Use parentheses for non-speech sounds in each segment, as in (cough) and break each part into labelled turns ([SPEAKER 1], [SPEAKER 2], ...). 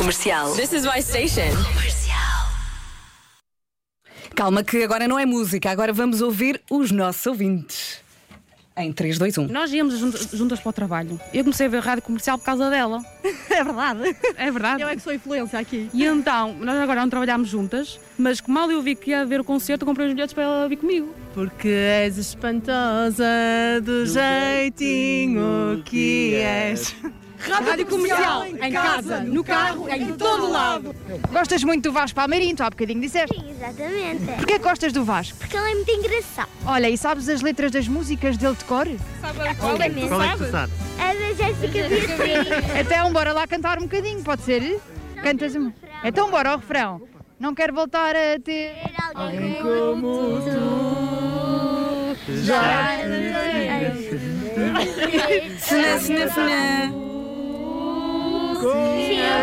[SPEAKER 1] Comercial.
[SPEAKER 2] This is my station.
[SPEAKER 1] Calma que agora não é música, agora vamos ouvir os nossos ouvintes. Em um. 3, 2, 1.
[SPEAKER 3] Nós íamos jun- juntas para o trabalho. Eu comecei a ver rádio comercial por causa dela.
[SPEAKER 4] (laughs) É verdade.
[SPEAKER 3] É verdade.
[SPEAKER 4] Eu é que sou influência aqui.
[SPEAKER 3] E então, nós agora não trabalhámos juntas, mas como mal eu vi que ia haver o concerto, comprei os bilhetes para ela vir comigo.
[SPEAKER 4] Porque és espantosa do, jeitinho que és.
[SPEAKER 3] Rádio, comercial, em casa, no carro, em todo lado.
[SPEAKER 5] Gostas muito do Vasco Palmeirinho, tu há bocadinho disseste.
[SPEAKER 6] Sim, exatamente.
[SPEAKER 5] Porquê que gostas do Vasco?
[SPEAKER 6] Porque ele é muito engraçado.
[SPEAKER 5] Olha, e sabes as letras das músicas dele de cor?
[SPEAKER 6] Obviamente.
[SPEAKER 7] Qual é que tu sabes?
[SPEAKER 6] A da Jéssica Beatriz.
[SPEAKER 5] Então, bora lá cantar um bocadinho, pode ser? Cantas um... Então, bora ao refrão. Não quero voltar a ter...
[SPEAKER 6] Alguém como tu. Já.
[SPEAKER 7] é
[SPEAKER 1] Senã, senã, senã.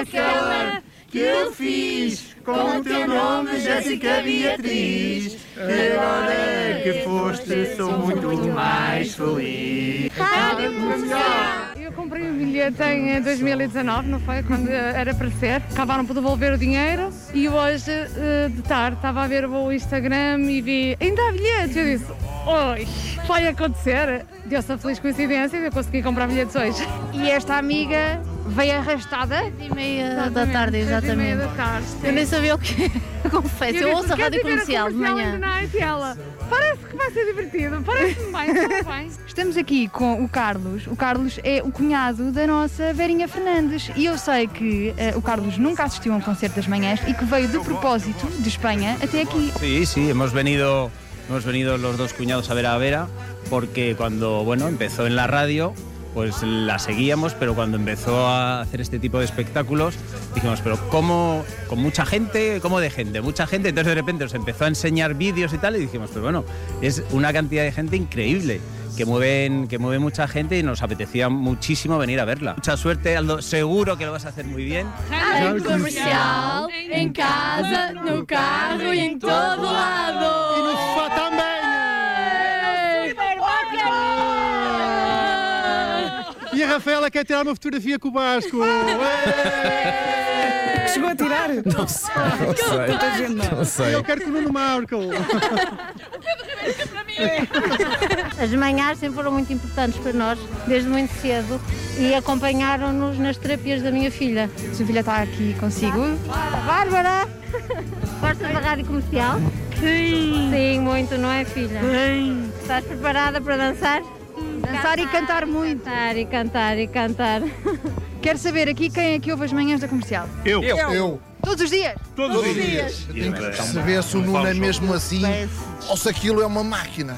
[SPEAKER 6] Aquela.
[SPEAKER 7] Que eu fiz com o teu nome, Jéssica Beatriz. Agora que foste, sou muito mais feliz.
[SPEAKER 6] Rádio Comercial.
[SPEAKER 5] Eu comprei o bilhete em eh, 2019, não foi? Quando eh, era para ser. Acabaram por devolver o dinheiro e hoje, eh, de tarde, estava a ver o Instagram e vi ainda há bilhetes. Eu disse, oi, vai acontecer. Deu-se a feliz coincidência e eu consegui comprar bilhetes hoje. E esta amiga veio arrastada.
[SPEAKER 8] E meia da tarde, exatamente.
[SPEAKER 5] da tarde.
[SPEAKER 8] Eu nem sabia o que
[SPEAKER 9] (laughs)
[SPEAKER 8] confesso. É, Eu ouço a rádio comercial de manhã.
[SPEAKER 5] é, Parece que vai ser divertido, parece-me
[SPEAKER 8] (laughs)
[SPEAKER 5] bem, bem. Estamos aqui com o Carlos. O Carlos é o cunhado da nossa Verinha Fernandes. E eu sei que eh, o Carlos nunca assistiu a um concerto das manhãs e que veio de propósito de Espanha até aqui.
[SPEAKER 10] Sí, sí, hemos venido, hemos venido los dos cuñados a ver a Vera porque cuando bueno, empezó en la radio, pues la seguíamos, pero cuando empezó a hacer este tipo de espectáculos, dijimos, pero ¿cómo? Con mucha gente, ¿cómo de gente? Mucha gente, entonces de repente nos empezó a enseñar vídeos y tal y dijimos, pero bueno, es una cantidad de gente increíble. Que mueven, que mueve mucha gente y nos apetecía muchísimo venir a verla. Mucha suerte, Aldo. Seguro que lo vas a hacer muy bien.
[SPEAKER 8] Rádio comercial, em casa, no carro e em todo lado.
[SPEAKER 7] E a Rafaela quer tirar uma fotografia com o Vasco.
[SPEAKER 1] Chegou a tirar? Não sei. Muita gente não.
[SPEAKER 7] Eu quero que o Nuno Marco.
[SPEAKER 9] As manhãs sempre foram muito importantes para nós, desde muito cedo, e acompanharam-nos nas terapias da minha filha.
[SPEAKER 5] A sua filha está aqui consigo.
[SPEAKER 9] Bárbara! Gostas da rádio comercial? Sim! Sim, muito, não é, filha? Sim! Estás preparada para dançar?
[SPEAKER 5] Dançar e cantar muito.
[SPEAKER 9] Cantar e cantar e cantar.
[SPEAKER 5] Quero saber aqui quem é que ouve as manhãs da comercial.
[SPEAKER 7] Eu.
[SPEAKER 11] Eu,
[SPEAKER 5] Todos os dias.
[SPEAKER 7] Todos os dias.
[SPEAKER 11] se vê se o Nuno é mesmo assim, ou se aquilo é uma máquina.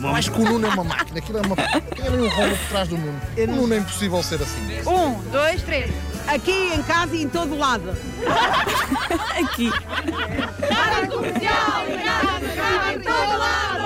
[SPEAKER 11] Mais que o Nuno é uma máquina, aquilo é (laughs) uma. Era um rolo por trás do Nuno. O Nuno é impossível ser assim.
[SPEAKER 5] Um, dois, três.
[SPEAKER 4] Aqui, em casa e em todo lado.
[SPEAKER 1] Aqui.
[SPEAKER 4] Em todo lado.